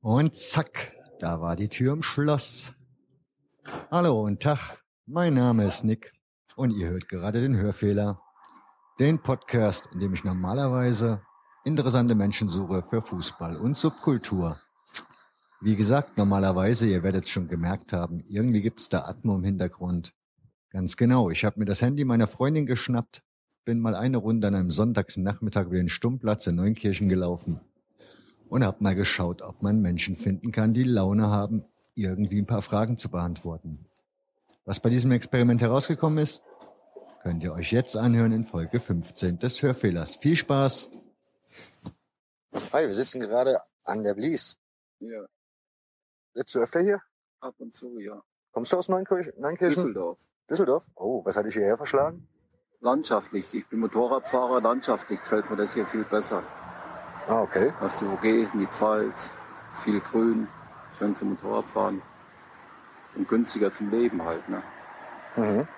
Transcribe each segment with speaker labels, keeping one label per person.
Speaker 1: Und zack, da war die Tür im Schloss. Hallo und Tag, mein Name ist Nick und ihr hört gerade den Hörfehler. Den Podcast, in dem ich normalerweise interessante Menschen suche für Fußball und Subkultur. Wie gesagt, normalerweise, ihr werdet es schon gemerkt haben, irgendwie gibt's da Atmo im Hintergrund. Ganz genau, ich habe mir das Handy meiner Freundin geschnappt, bin mal eine Runde an einem Sonntagnachmittag über den Stummplatz in Neunkirchen gelaufen und habe mal geschaut, ob man Menschen finden kann, die Laune haben, irgendwie ein paar Fragen zu beantworten. Was bei diesem Experiment herausgekommen ist, könnt ihr euch jetzt anhören in Folge 15 des Hörfehlers. Viel Spaß! Hi, wir sitzen gerade an der Blies.
Speaker 2: Ja,
Speaker 1: Sitzt du öfter hier?
Speaker 2: ab und zu, ja.
Speaker 1: Kommst du aus Neunkirch Neunkirchen?
Speaker 2: Düsseldorf.
Speaker 1: Düsseldorf? Oh, was hatte ich hierher verschlagen?
Speaker 2: Landschaftlich. Ich bin Motorradfahrer, landschaftlich gefällt mir das hier viel besser.
Speaker 1: Ah, okay.
Speaker 2: Hast du Vogesen, die Pfalz, viel Grün, schön zum Motorradfahren und günstiger zum Leben halt, ne?
Speaker 1: Mhm.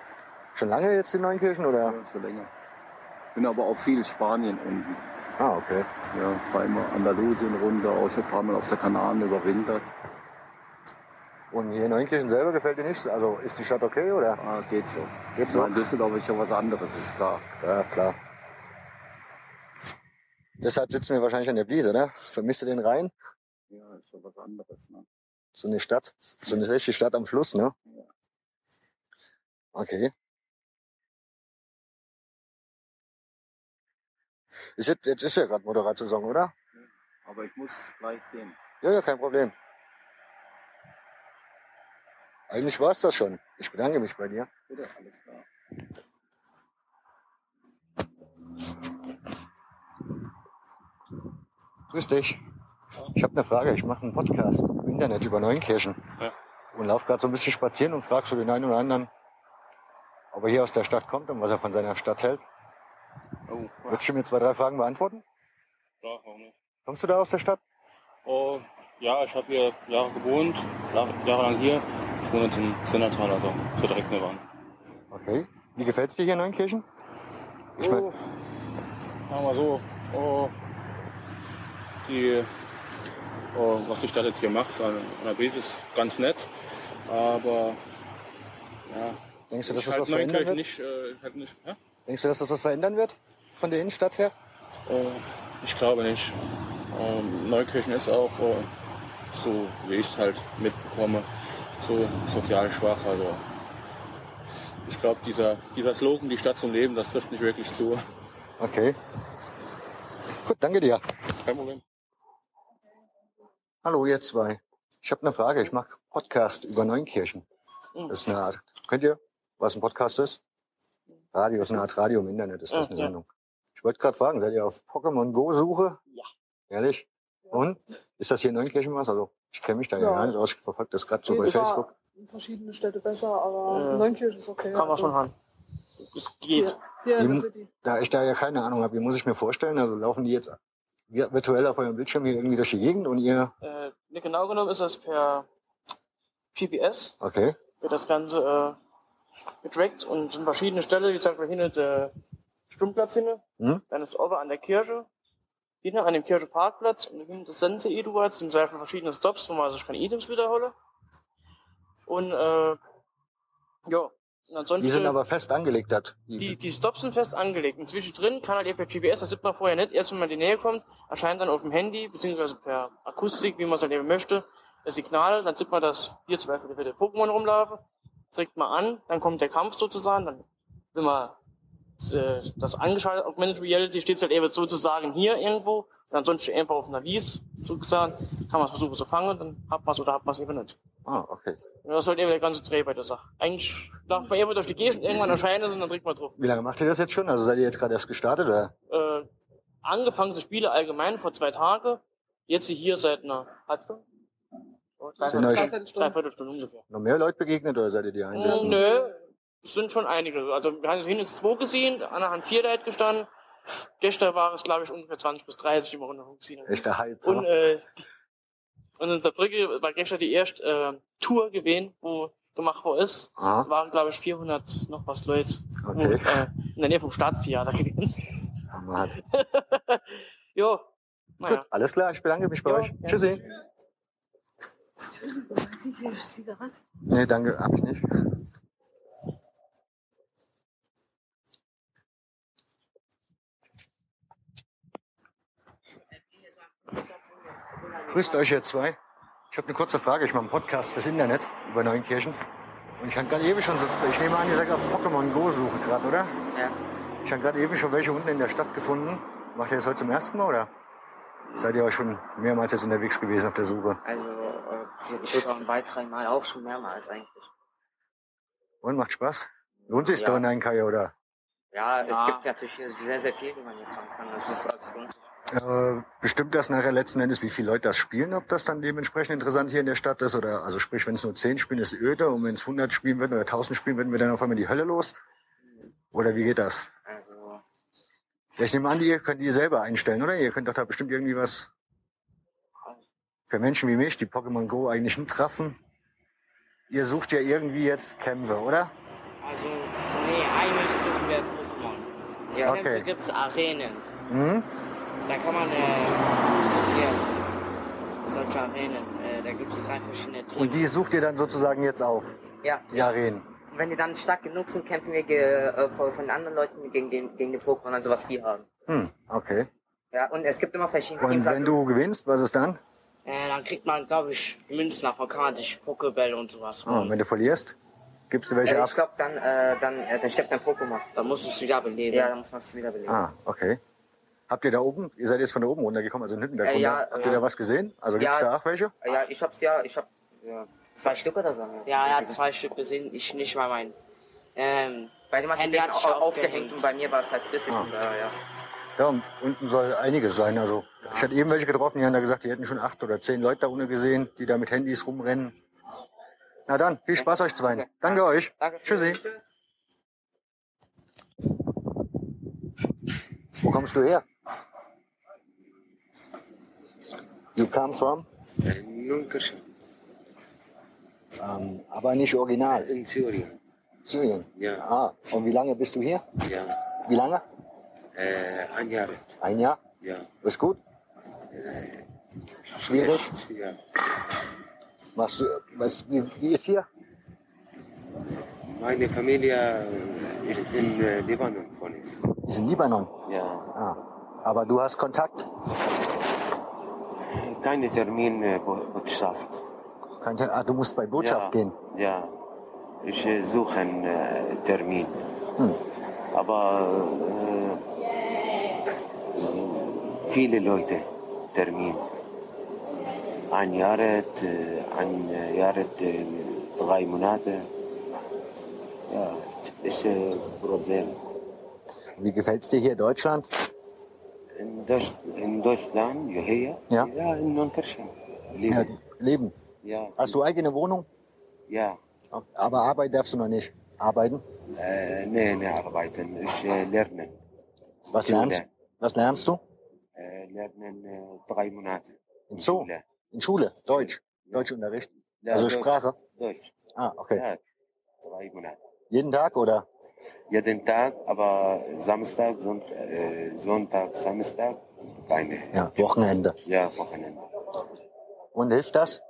Speaker 1: Schon lange jetzt in Neunkirchen oder?
Speaker 2: Ja, Schon länger. Bin aber auch viel Spanien unten.
Speaker 1: Ah, okay.
Speaker 2: Ja, fahr immer Andalusien runter, auch schon ein paar Mal auf der Kanaren überwintert.
Speaker 1: Und hier in Neunkirchen selber gefällt dir nichts? Also ist die Stadt okay oder?
Speaker 2: Ah, geht so.
Speaker 1: Geht so?
Speaker 2: In Düsseldorf ist ja was anderes, ist klar.
Speaker 1: Ja, klar. Deshalb sitzen wir wahrscheinlich an der Bliese, ne? Vermisst du den Rhein?
Speaker 2: Ja, ist schon was anderes, ne?
Speaker 1: So eine Stadt, so eine richtige Stadt am Fluss, ne?
Speaker 2: Ja.
Speaker 1: Okay. Ist jetzt, jetzt ist ja gerade Moderatsaison, oder?
Speaker 2: Aber ich muss gleich gehen.
Speaker 1: Ja, ja, kein Problem. Eigentlich war's das schon. Ich bedanke mich bei dir.
Speaker 2: Bitte, alles klar.
Speaker 1: Grüß dich. Ich habe eine Frage. Ich mache einen Podcast im Internet über Neunkirchen.
Speaker 3: Ja.
Speaker 1: Und laufe gerade so ein bisschen spazieren und frage so den einen oder anderen, ob er hier aus der Stadt kommt und was er von seiner Stadt hält.
Speaker 3: Oh, ja,
Speaker 1: Würdest du mir zwei, drei Fragen beantworten?
Speaker 3: klar, warum nicht?
Speaker 1: Kommst du da aus der Stadt?
Speaker 3: Oh, ja, ich habe hier Jahre gewohnt, Jahre, jahrelang hier. Ich wohne jetzt im Sennertal, also so direkt nebenan.
Speaker 1: Okay. Wie gefällt's dir hier in Neunkirchen? Ich mein-
Speaker 3: oh, sagen wir so, oh, die, oh, was die Stadt jetzt hier macht an, an der Brise ist ganz nett, aber ja,
Speaker 1: Denkst du, dass
Speaker 3: ich
Speaker 1: das
Speaker 3: halt
Speaker 1: was verändern
Speaker 3: Neunkirchen
Speaker 1: wird?
Speaker 3: nicht, äh, halt nicht ja?
Speaker 1: Denkst du, dass das was verändern wird? Von der Innenstadt her?
Speaker 3: Äh, ich glaube nicht. Ähm, Neukirchen ist auch, äh, so wie ich es halt mitbekomme, so sozial schwach. Also ich glaube, dieser, dieser Slogan, die Stadt zum Leben, das trifft nicht wirklich zu.
Speaker 1: Okay. Gut, danke dir.
Speaker 3: Kein Problem.
Speaker 1: Hallo, ihr zwei. Ich habe eine Frage. Ich mache Podcast über Neunkirchen. Das ist eine Art. Könnt ihr, was ein Podcast ist? Radio ist eine Art Radio im Internet, ist das eine
Speaker 3: Ja, ja.
Speaker 1: Sendung. Ich wollte gerade fragen, seid ihr auf Pokémon Go Suche?
Speaker 3: Ja.
Speaker 1: Ehrlich? Und? Ist das hier in Neunkirchen was? Also, ich kenne mich da ja
Speaker 4: Ja.
Speaker 1: gar nicht aus. Ich verfolge das gerade so
Speaker 4: Nee,
Speaker 1: bei
Speaker 4: das war
Speaker 1: Facebook.
Speaker 4: in verschiedenen Städten besser, aber
Speaker 5: Ja.
Speaker 4: in Neunkirchen ist okay.
Speaker 5: Kann man
Speaker 4: also
Speaker 5: schon haben. Es geht.
Speaker 4: Hier, hier in
Speaker 1: Im-
Speaker 4: der City.
Speaker 1: Da ich da ja keine Ahnung habe, wie muss ich mir vorstellen? Also laufen die jetzt virtuell auf eurem Bildschirm hier irgendwie durch die Gegend und ihr,
Speaker 5: Äh, ne, genau genommen ist das per GPS,
Speaker 1: okay,
Speaker 5: wird das Ganze äh, getrackt und sind verschiedene Stellen, wie zum Beispiel hinten der Stummplatz hin,
Speaker 1: Hm?
Speaker 5: dann ist oben an der Kirche, hinten an dem Kircheparkplatz und hinten das Sense Eduard sind zum Beispiel verschiedene Stops, wo man sich keine Items wiederhole. Und äh, ja, und ansonsten.
Speaker 1: die sind aber fest angelegt hat.
Speaker 5: die, die Stops sind fest angelegt. Und zwischendrin kann halt eben per GPS, das sieht man vorher nicht, erst wenn man in die Nähe kommt, erscheint dann auf dem Handy, beziehungsweise per Akustik, wie man es halt eben möchte, das Signal, dann sieht man, dass hier zum Beispiel wieder Pokémon rumlaufen, trägt man an, dann kommt der Kampf sozusagen, dann will man äh, das angeschaltet, Augmented Reality steht halt eben sozusagen hier irgendwo, und ansonsten einfach auf einer Wies, sozusagen, kann man es versuchen zu fangen, dann hat man es oder hat man es eben nicht.
Speaker 1: Ah, okay.
Speaker 5: Und das ist halt eben der ganze Dreh bei der Sache. Eigentlich darf man eben durch die Gegend irgendwann erscheinen und dann drückt man drauf.
Speaker 1: Wie lange macht ihr das jetzt schon? Also seid ihr jetzt gerade erst gestartet oder?
Speaker 5: äh, angefangen zu spielen allgemein vor zwei Tagen. Jetzt hier seit einer halben Stunde. Oh,
Speaker 1: Sind euch
Speaker 5: Dreiviertel
Speaker 4: Dreiviertel Stunde.
Speaker 5: dreiviertel Stunde ungefähr.
Speaker 1: noch mehr Leute begegnet oder seid ihr die
Speaker 5: Mm,
Speaker 1: Einzigen?
Speaker 5: nö, es sind schon einige. Also wir haben hin jetzt zwei gesehen, einer hat vier da hat gestanden. Gestern waren es, glaube ich, ungefähr 20 bis 30 immer runter gesehen.
Speaker 1: Echter Hype.
Speaker 5: Und,
Speaker 1: ne?
Speaker 5: äh, und in Saarbrücke war gestern die erste äh, Tour gewesen, wo gemacht worden ist.
Speaker 1: Aha,
Speaker 5: Waren, glaube ich, 400 noch was Leute.
Speaker 1: Okay.
Speaker 5: Und, äh, in der Nähe vom Staatstheater gewesen.
Speaker 1: man hat.
Speaker 5: jo, naja.
Speaker 1: Alles klar, ich bedanke mich bei
Speaker 5: Ja,
Speaker 1: euch.
Speaker 5: gerne.
Speaker 1: Tschüssi.
Speaker 4: Entschuldigung, haben Sie eine Zigarette?
Speaker 6: Nee, danke, hab ich nicht. Grüßt euch, ihr zwei. Ich habe eine kurze Frage. Ich mache einen Podcast fürs Internet über Neunkirchen. Und ich habe gerade eben schon, so- ich nehme an, ihr seid auf Pokémon Go suche gerade, oder?
Speaker 7: Ja.
Speaker 6: Ich habe gerade eben schon welche Hunde in der Stadt gefunden. Macht ihr das heute zum ersten Mal, oder? Seid ihr auch schon mehrmals jetzt unterwegs gewesen auf der Suche?
Speaker 8: Also äh, hier circa ein weit dreimal auch schon mehrmals eigentlich.
Speaker 6: Und macht Spaß? Lohnt sich's
Speaker 8: Ja.
Speaker 6: doch in einem Kai, oder?
Speaker 8: Ja, es
Speaker 7: Ja.
Speaker 8: gibt natürlich hier sehr, sehr viel, die man hier fangen kann. Das ist also lohnt sich.
Speaker 6: Äh, bestimmt das nachher letzten Endes, wie viele Leute das spielen, ob das dann dementsprechend interessant hier in der Stadt ist oder also sprich, wenn es nur 10 spielen, ist öde und wenn es 100 spielen würden oder 1000 spielen würden, wir dann auf einmal die Hölle los? Oder wie geht das?
Speaker 8: Also
Speaker 6: Ja, ich nehme an, ihr könnt die selber einstellen, oder? Ihr könnt doch da bestimmt irgendwie was für Menschen wie mich, die Pokémon Go eigentlich nicht treffen. Ihr sucht ja irgendwie jetzt Kämpfe, oder?
Speaker 5: Also, nee, eigentlich suchen wir Pokémon. Ja,
Speaker 6: Okay.
Speaker 5: Dafür gibt es Arenen.
Speaker 6: Hm?
Speaker 5: Da kann man, äh, hier, solche Arenen. Äh, da gibt es drei verschiedene Teams.
Speaker 6: Und die sucht ihr dann sozusagen jetzt auf,
Speaker 8: ja,
Speaker 6: die Arenen.
Speaker 8: Und wenn die dann stark genug sind, kämpfen wir ge äh, vor- von anderen Leuten gegen den, gegen den Pokémon, also was die haben.
Speaker 6: Hm, okay.
Speaker 8: Ja, und es gibt immer verschiedene
Speaker 6: Und wenn
Speaker 8: also,
Speaker 6: du gewinnst, was ist dann?
Speaker 5: Äh, dann kriegt man, glaube ich, Münzen, davon kann man sich Pokébälle und sowas
Speaker 6: Oh, und
Speaker 5: holen.
Speaker 6: wenn du verlierst, gibst du welche
Speaker 8: äh,
Speaker 6: ab?
Speaker 8: ich glaube, dann, äh, dann, äh, dann stirbt ein Pokémon.
Speaker 5: Da muss ich es wieder beleben.
Speaker 8: Ja, dann muss man es wiederbeleben.
Speaker 6: Ah, okay. Habt ihr da oben, ihr seid jetzt von da oben runtergekommen, also in Hüttenberg
Speaker 8: Äh, ja,
Speaker 6: runter. Habt
Speaker 8: ja.
Speaker 6: ihr da was gesehen? Also
Speaker 8: Ja.
Speaker 6: gibt's da auch welche?
Speaker 8: Äh, Ja, ich hab's ja, ich hab ja, zwei Stück oder so.
Speaker 5: Ja, ja, zwei Stück gesehen, ich nicht mal mein. Ähm,
Speaker 8: Bei dem hat
Speaker 5: Handy
Speaker 8: sich
Speaker 5: hat sich
Speaker 8: aufgehängt,
Speaker 5: aufgehängt.
Speaker 8: aufgehängt und bei mir war es halt flüssig.
Speaker 6: Ah.
Speaker 8: Und, äh, ja.
Speaker 6: Da und unten soll einiges sein. Also ich hatte eben welche getroffen, die haben da gesagt, die hätten schon acht oder zehn Leute da ohne gesehen, die da mit Handys rumrennen. Na dann, viel Spaß euch zweien. Danke euch.
Speaker 8: Danke.
Speaker 6: Tschüssi. Wo kommst du her? You come from?
Speaker 9: Nunkerschen
Speaker 6: Ähm, aber nicht original.
Speaker 9: in Syrien.
Speaker 6: Syrien.
Speaker 9: Ja.
Speaker 6: Ah, und wie lange bist du hier?
Speaker 9: Ja,
Speaker 6: Wie lange?
Speaker 9: äh, ein Jahr.
Speaker 6: Ein Jahr.
Speaker 9: Ja, Äh,
Speaker 6: Ist gut? Schwierig?
Speaker 9: echt, ja.
Speaker 6: Machst du, was, wie, wie ist hier?
Speaker 9: Meine Familie äh, ist in äh, Libanon von ist.
Speaker 6: Ist in Libanon.
Speaker 9: Ja,
Speaker 6: Ah. Aber du hast Kontakt?
Speaker 9: keine Termin äh, Bo- Botschaft.
Speaker 6: Kein Ter- ah, du musst bei Botschaft
Speaker 9: ja,
Speaker 6: gehen.
Speaker 9: Ja, ich äh, suche einen äh, Termin.
Speaker 6: Hm.
Speaker 9: Aber äh, viele Leute Termin. Ein Jahr, äh, ein Jahr, äh, drei Monate. Ja, ist ein Problem.
Speaker 6: Wie gefällt's dir hier in Deutschland?
Speaker 9: In, Deutsch, in Deutschland, hier?
Speaker 6: Ja.
Speaker 9: Ja, in Neunkirchen.
Speaker 6: Ja,
Speaker 9: Leben.
Speaker 6: Leben.
Speaker 9: Ja.
Speaker 6: Hast du eigene Wohnung?
Speaker 9: Ja.
Speaker 6: Aber arbeiten darfst du noch nicht. Arbeiten?
Speaker 9: Äh, nee, nee, arbeiten. Ich äh, lerne.
Speaker 6: Was
Speaker 9: Schule.
Speaker 6: lernst, was lernst du?
Speaker 9: Äh, lernen äh, drei Monate.
Speaker 6: In Zoo?
Speaker 9: Schule.
Speaker 6: In Schule? Deutsch? Deutschunterricht? Also
Speaker 9: Deutsch-
Speaker 6: Sprache?
Speaker 9: Deutsch.
Speaker 6: Ah, okay.
Speaker 9: Ja, drei Monate.
Speaker 6: Jeden Tag oder?
Speaker 9: Jeden Tag, aber Samstag, Sonntag, äh, Sonntag Samstag, keine.
Speaker 6: Ja, Wochenende.
Speaker 9: Ja, Wochenende.
Speaker 6: Und hilft das?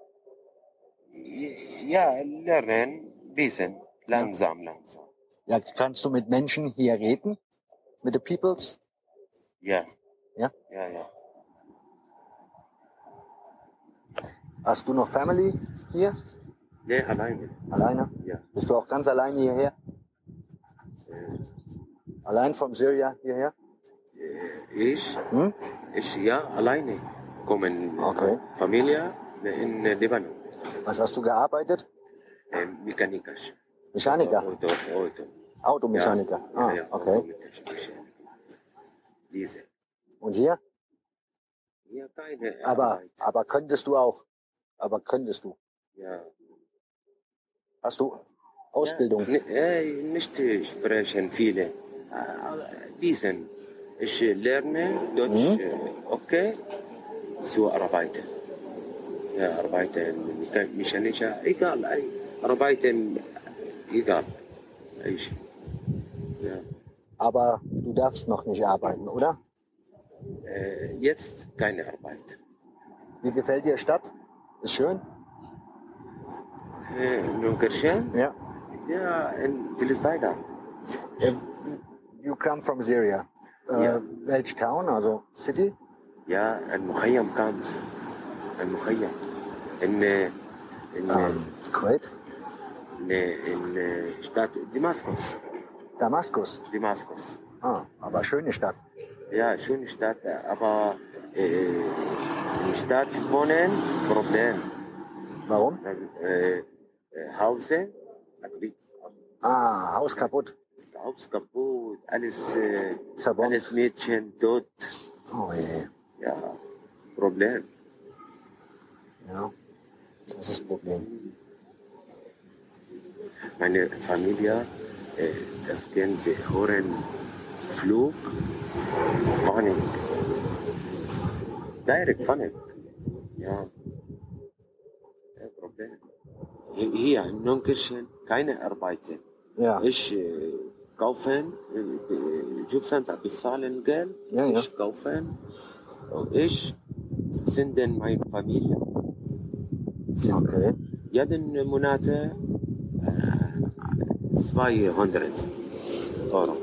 Speaker 9: Ja, lernen, bisschen, langsam, langsam.
Speaker 6: Ja, kannst du mit Menschen hier reden? Mit the peoples?
Speaker 9: Ja.
Speaker 6: Ja?
Speaker 9: Ja, ja.
Speaker 6: Hast du noch Family hier?
Speaker 9: Nee, alleine.
Speaker 6: Alleine?
Speaker 9: Ja.
Speaker 6: Bist du auch ganz alleine hierher?
Speaker 9: Äh.
Speaker 6: Allein vom Syrien hierher?
Speaker 9: Ich,
Speaker 6: Hm?
Speaker 9: ich ja, alleine kommen.
Speaker 6: Okay.
Speaker 9: Familie in äh, Libanon.
Speaker 6: Was hast du gearbeitet?
Speaker 9: Äh, Mechaniker.
Speaker 6: Mechaniker?
Speaker 9: Auto, Auto.
Speaker 6: Automechaniker?
Speaker 9: Ja,
Speaker 6: Ah,
Speaker 9: ja, ja,
Speaker 6: okay.
Speaker 9: Automechaniker. Diese.
Speaker 6: Und hier?
Speaker 9: Ja, keine
Speaker 6: Aber,
Speaker 9: Arbeit.
Speaker 6: aber könntest du auch? Aber könntest du?
Speaker 9: Ja.
Speaker 6: Hast du Ausbildung?
Speaker 9: Ja, ni- äh, nicht äh, sprechen viele. Äh, aber Diesen. Ich äh, lerne Deutsch,
Speaker 6: Mhm.
Speaker 9: äh, okay, zu arbeiten. Ja, arbeiten, Mecha- mechanischer, egal, äh, arbeiten, egal. Ich, ja.
Speaker 6: Aber du darfst noch nicht arbeiten, oder?
Speaker 9: äh, jetzt keine Arbeit.
Speaker 6: Wie gefällt dir Stadt? Ist schön?
Speaker 9: äh, nur Gershon?
Speaker 6: Yeah.
Speaker 9: Ja, in Willisweiler.
Speaker 6: You come from Syria. Uh,
Speaker 9: Yeah.
Speaker 6: Welch town, also city?
Speaker 9: Ja, in Mukhayam comes. In Mukhayam. In, äh, in,
Speaker 6: Um, Kuwait?
Speaker 9: äh, in, äh, in äh, Stadt Damaskus.
Speaker 6: Damaskus.
Speaker 9: Damaskus.
Speaker 6: Ah, aber schöne Stadt.
Speaker 9: Ja, schöne Stadt, aber äh, in Stadt wohnen, Problem.
Speaker 6: Warum?
Speaker 9: Äh, äh, Hause, Krieg.
Speaker 6: Ah, Haus kaputt.
Speaker 9: Haus kaputt, alles, äh,
Speaker 6: Zerbombt.
Speaker 9: alles Mädchen tot.
Speaker 6: Oh je.
Speaker 9: Ja, Problem.
Speaker 6: Ja, das ist das Problem.
Speaker 9: Meine Familie, äh, das Kind, wir hören Flug, Panik. Direkt Panik. Ja. Kein Problem. Hier- Hier in Nunkirchen keine Arbeiten.
Speaker 6: Ja.
Speaker 9: Ich äh, kaufen, äh, äh, Jobcenter bezahlen Geld,
Speaker 6: Ja, ja.
Speaker 9: ich kaufen. Und ich sende meine Familie. Sende.
Speaker 6: Okay.
Speaker 9: Jeden Monat äh, 200 Euro.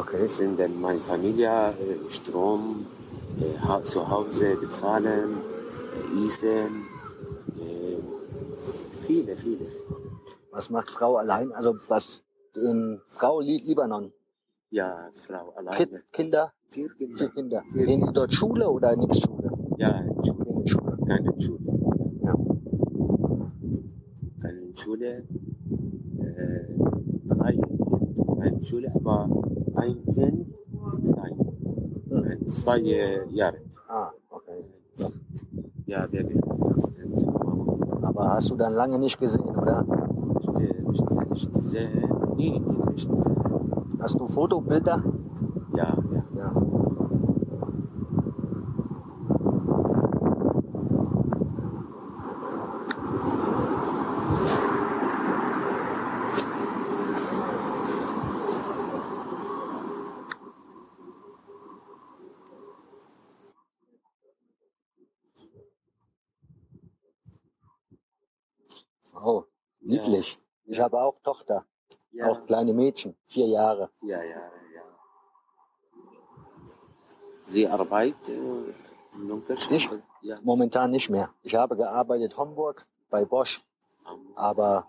Speaker 6: Okay.
Speaker 9: Sende meine Familie äh, Strom, äh, ha- zu Hause bezahlen, äh, Essen, äh, e, viele, viele.
Speaker 6: Was macht Frau allein? Also was in Frau Li Libanon?
Speaker 9: Ja, Frau alleine.
Speaker 6: Kind, Kinder?
Speaker 9: Vier Kinder.
Speaker 6: Vier Kinder. Gehen die dort Schule oder nix Schule?
Speaker 9: Ja, Schule,
Speaker 6: Gehen in Schule.
Speaker 9: keine Schule. نعم.
Speaker 6: Ja.
Speaker 9: Keine Schule. Äh, drei Kinder. Eine Schule, aber ein Kind klein. Ein Zwei äh, Jahre.
Speaker 6: Ah, okay.
Speaker 9: Ja, Baby. Das ist Mama.
Speaker 6: Aber hast du dann lange nicht gesehen, oder?
Speaker 9: Nicht, äh, nicht, nicht sehen. Nee, nee, nicht sehen.
Speaker 6: Hast du Fotobilder?
Speaker 9: Ja, ja.
Speaker 6: Ja. Frau, niedlich. Ich habe auch Tochter,
Speaker 9: Ja,
Speaker 6: auch kleine Mädchen, vier Jahre.
Speaker 9: ja, ja, ja. Sie arbeitet äh, in Lunkerschen?
Speaker 6: Ich?
Speaker 9: Ja.
Speaker 6: Momentan nicht mehr. Ich habe gearbeitet Homburg bei Bosch,
Speaker 9: am-
Speaker 6: aber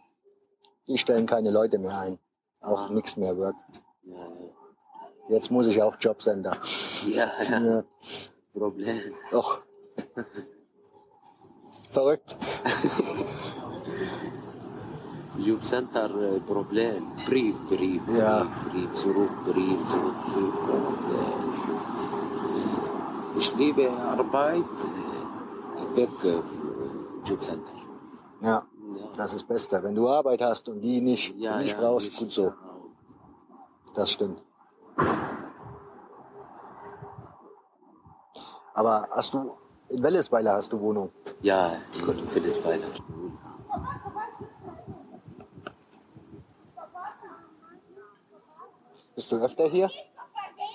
Speaker 6: die stellen keine Leute mehr ein. Auch nichts mehr Work.
Speaker 9: Ah. Ja,
Speaker 6: Jetzt muss ich auch Jobcenter.
Speaker 9: ja, ja.
Speaker 6: Ja,
Speaker 9: Problem.
Speaker 6: doch. Verrückt.
Speaker 9: Jobcenter äh, Problem. Brief, Brief,
Speaker 6: Ja.
Speaker 9: Brief, Brief, zurück, Brief, zurück, Brief. Und, äh, ich liebe Arbeit äh, weg äh, Jobcenter.
Speaker 6: Ja, das ist besser. Wenn du Arbeit hast und die nicht,
Speaker 9: Ja,
Speaker 6: nicht
Speaker 9: ja,
Speaker 6: brauchst,
Speaker 9: ich-
Speaker 6: gut so. Das stimmt. Aber hast du, in Wellesweiler hast du Wohnung?
Speaker 9: Ja, gut, vieles weiter.
Speaker 6: Bist du öfter hier?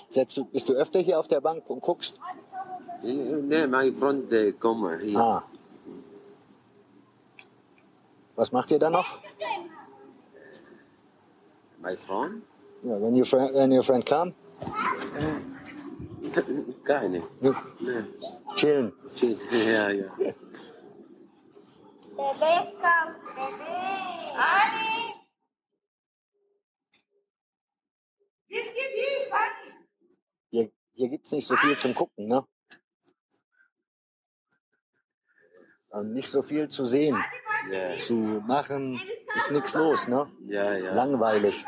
Speaker 6: Setzt du, bist du öfter hier auf der Bank und guckst?
Speaker 9: Nee, mein Freund äh, kommt hier.
Speaker 6: Ah. Was macht ihr da noch?
Speaker 9: Mein Freund?
Speaker 6: Ja, when your friend, when your friend come,
Speaker 9: Keine.
Speaker 6: you chillen.
Speaker 9: Shit. Ja, ja.
Speaker 6: Hier, hier gibt's nicht so viel zum Gucken, ne? Und nicht so viel zu sehen,
Speaker 9: Ja,
Speaker 6: zu machen, ist nichts los, ne?
Speaker 9: ja. ja.
Speaker 6: Langweilig.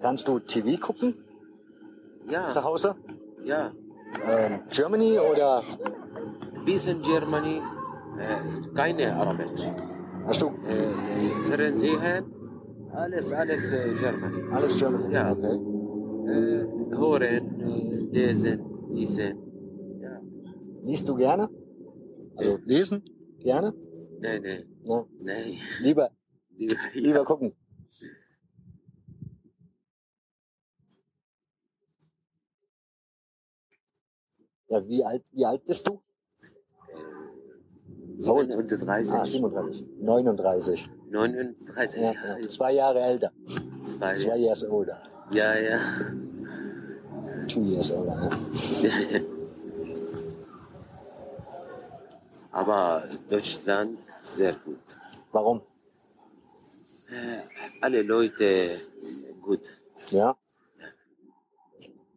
Speaker 6: Kannst du TV gucken zu
Speaker 9: Ja,
Speaker 6: Hause?
Speaker 9: ja.
Speaker 6: Ähm, Germany oder
Speaker 9: Bis in Germany äh, keine Arabisch.
Speaker 6: hast du
Speaker 9: Äh, Fernsehen, alles, alles äh, Germany.
Speaker 6: alles Germany?
Speaker 9: Ja.
Speaker 6: Okay.
Speaker 9: Äh, hören, äh, lesen, lesen. Ja,
Speaker 6: Liest du gerne? Also lesen? Gerne?
Speaker 9: nein, nein,
Speaker 6: Ne?
Speaker 9: nein.
Speaker 6: Lieber,
Speaker 9: Lieber,
Speaker 6: lieber gucken. Ja, wie alt, wie alt bist du? So, und-
Speaker 9: 37.
Speaker 6: Ah, 37. 39.
Speaker 9: 39
Speaker 6: Ja,
Speaker 9: Jahre
Speaker 6: ja.
Speaker 9: alt.
Speaker 6: Zwei Jahre älter.
Speaker 9: Zwei.
Speaker 6: Zwei years older.
Speaker 9: Ja, ja.
Speaker 6: Two years older. ja.
Speaker 9: Aber Deutschland sehr gut.
Speaker 6: Warum?
Speaker 9: Äh, Alle Leute gut.
Speaker 6: Ja.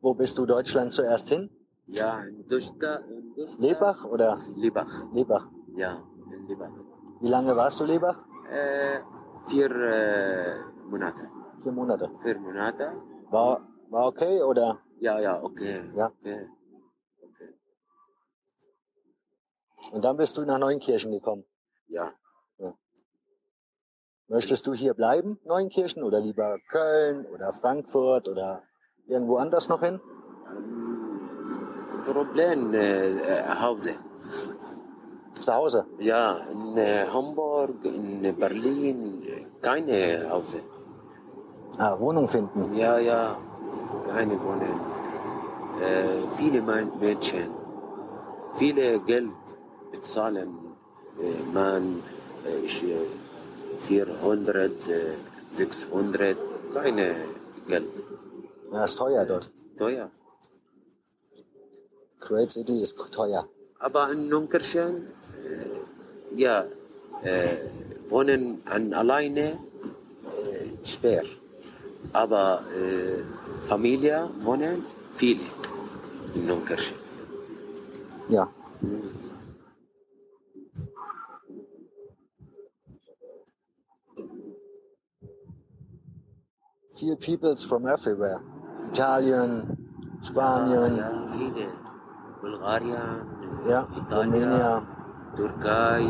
Speaker 6: Wo bist du Deutschland zuerst hin?
Speaker 9: Ja, in Deutschland. in Deutschland-
Speaker 6: Lebach oder?
Speaker 9: Lebach.
Speaker 6: Lebach.
Speaker 9: Ja, in Lebach.
Speaker 6: Wie lange warst du Lebach?
Speaker 9: Äh, vier äh, Monate.
Speaker 6: Vier Monate.
Speaker 9: Vier Monate.
Speaker 6: War, war okay oder?
Speaker 9: Ja, ja, okay.
Speaker 6: Ja.
Speaker 9: okay.
Speaker 6: Und dann bist du nach Neunkirchen gekommen.
Speaker 9: Ja.
Speaker 6: Möchtest du hier bleiben, Neunkirchen, oder lieber Köln oder Frankfurt oder irgendwo anders noch hin?
Speaker 9: Problem äh, äh, Hause.
Speaker 6: Zu Hause?
Speaker 9: Ja, in äh, Hamburg, in Berlin, äh, keine Hause.
Speaker 6: Ah, Wohnung finden.
Speaker 9: Ja, ja, keine Wohnung. Äh, viele Men- Menschen, viele Geld bezahlen. Äh, man äh, ich, äh, 400, äh, 600, keine Geld.
Speaker 6: Ja, ist teuer dort.
Speaker 9: Teuer.
Speaker 6: Great City ist teuer.
Speaker 9: Aber in Nunkirchen, äh, ja, äh, wohnen an alleine äh, schwer. Aber äh, Familie wohnen viele in Nunkirchen.
Speaker 6: Ja. Viel Peoples from everywhere. Italien, Spanien,
Speaker 9: Ah, Ja, viele. Bulgarien,
Speaker 6: Ja,
Speaker 9: Italien,
Speaker 6: Rumänien.
Speaker 9: Türkei.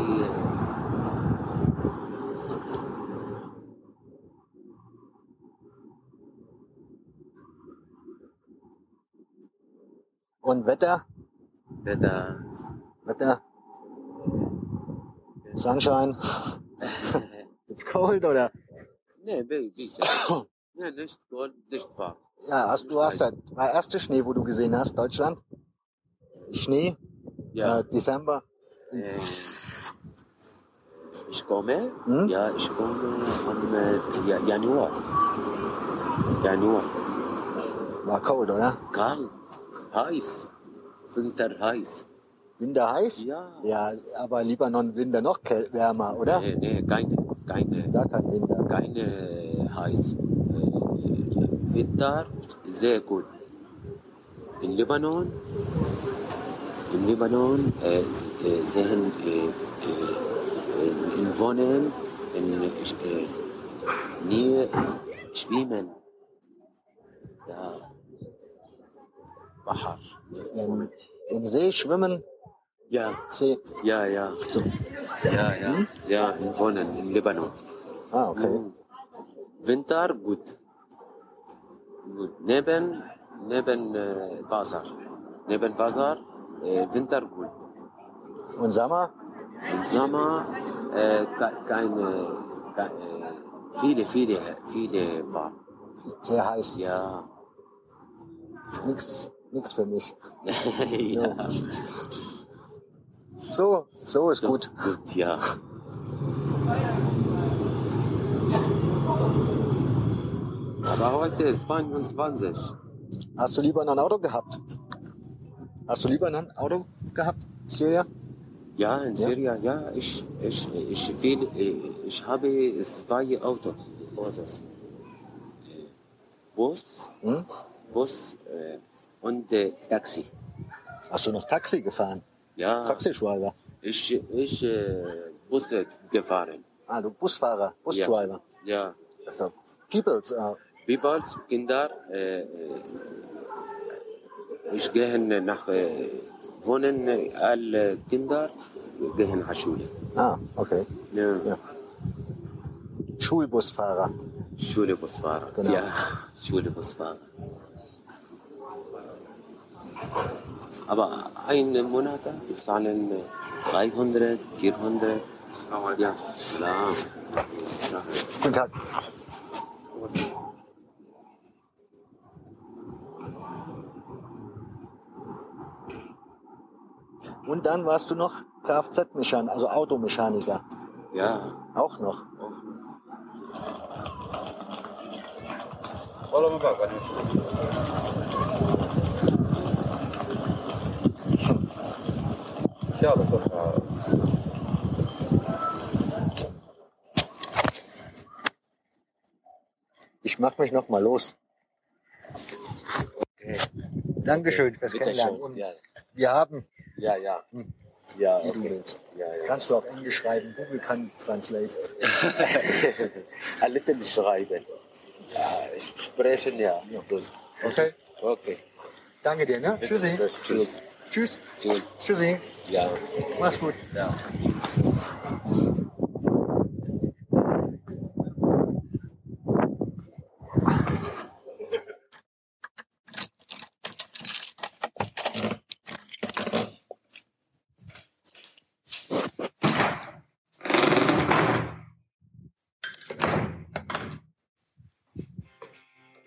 Speaker 6: Und Wetter?
Speaker 9: Wetter.
Speaker 6: Wetter? Sunshine? It's cold, oder?
Speaker 9: Nee, bisschen. ja, nicht gut, nicht wahr.
Speaker 6: Ja, hast, du hast halt, war erste Schnee, wo du gesehen hast, Deutschland? Schnee?
Speaker 9: Ja.
Speaker 6: Äh, Dezember?
Speaker 9: Äh, ich komme,
Speaker 6: Hm?
Speaker 9: ja, ich komme von äh, Ja- Januar. Januar.
Speaker 6: War cold, oder?
Speaker 9: Kalt, heiß, Winter heiß.
Speaker 6: Winter heiß?
Speaker 9: Ja.
Speaker 6: Ja, aber Libanon Winter noch käl- wärmer, oder?
Speaker 9: Nee, nee, Eh, ne, keine, keine,
Speaker 6: Gar kein Winter.
Speaker 9: keine heiß. Äh, آه، Winter sehr gut. In Libanon, im Libanon äh, äh, sehen äh, äh, in Wohnen, in äh, Nähe schwimmen. Ja. Bahar.
Speaker 6: Im, Im See schwimmen,
Speaker 9: Ja,
Speaker 6: See.
Speaker 9: ja, ja.
Speaker 6: So.
Speaker 9: Ja, ja. Ja, in Wohnen, in Libanon.
Speaker 6: Ah,
Speaker 9: Oh.
Speaker 6: okay.
Speaker 9: Winter gut. Gut. Neben, neben äh, Wasser. Neben Wasser, äh, Winter gut.
Speaker 6: Und Sommer?
Speaker 9: Im Sommer äh, ke- keine, keine, viele, viele, viele warm.
Speaker 6: Sehr heiß.
Speaker 9: Ja.
Speaker 6: Nix, nix für mich.
Speaker 9: ja.
Speaker 6: So, so ist gut.
Speaker 9: Gut, ja. Aber heute ist 22.
Speaker 6: Hast du Libanon Auto gehabt? Hast du Libanon Auto gehabt, Silja?
Speaker 9: Ja, in Syrien, ja, ich, ich, ich, will, ich habe zwei Auto, Autos. Bus,
Speaker 6: Hm?
Speaker 9: Bus äh, und äh, Taxi.
Speaker 6: Hast du noch Taxi gefahren?
Speaker 9: Ja,
Speaker 6: Taxischreiber.
Speaker 9: ich, ich äh, Busse gefahren.
Speaker 6: Ah, du Busfahrer, Busdriver.
Speaker 9: Ja,
Speaker 6: Also, Peoples, äh,
Speaker 9: Peoples, Kinder, äh, äh, ich gehe nach, äh, wohnen äh, alle Kinder, gehen nach Schule.
Speaker 6: ah, okay.
Speaker 9: Ja,
Speaker 6: Ja. Schulbusfahrer.
Speaker 9: Schule Busfahrer.
Speaker 6: Genau.
Speaker 9: Ja, Schule Busfahrer. Aber einen Monat bezahlen äh, 300, 400. Ja, klar. Ja.
Speaker 6: Guten Tag. Und dann warst du noch Kfz-Mechaniker, also Automechaniker.
Speaker 9: Ja.
Speaker 6: Auch noch. Ich mach mich noch mal los.
Speaker 9: Okay.
Speaker 6: Dankeschön fürs
Speaker 9: Bitte
Speaker 6: Kennenlernen.
Speaker 9: schön.
Speaker 6: Und
Speaker 9: Ja,
Speaker 6: wir haben,
Speaker 9: ja. Ja,
Speaker 6: Hm.
Speaker 9: ja
Speaker 6: wie du
Speaker 9: okay.
Speaker 6: willst.
Speaker 9: Ja, ja.
Speaker 6: Kannst du auch Englisch schreiben. Google kann Translate.
Speaker 9: Ein bisschen schreiben. Ja, sprechen, ja.
Speaker 6: Ja.
Speaker 9: Gut.
Speaker 6: Okay.
Speaker 9: Okay.
Speaker 6: Danke dir, ne? Tschüssi.
Speaker 9: Tschüss.
Speaker 6: Tschüss.
Speaker 9: Tschüss.
Speaker 6: Tschüssi.
Speaker 9: Ja.
Speaker 6: Mach's gut.
Speaker 9: ja.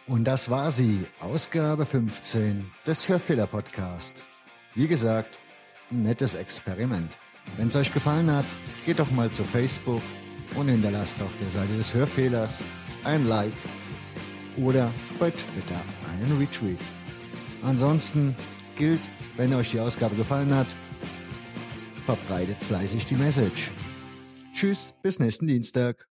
Speaker 1: Und das war sie, Ausgabe 15 des Hörfehler-Podcast. Wie gesagt, ein nettes Experiment. Wenn es euch gefallen hat, geht doch mal zu Facebook und hinterlasst auf der Seite des Hörfehlers ein Like oder bei Twitter einen Retweet. Ansonsten gilt, wenn euch die Ausgabe gefallen hat, verbreitet fleißig die Message. Tschüss, bis nächsten Dienstag.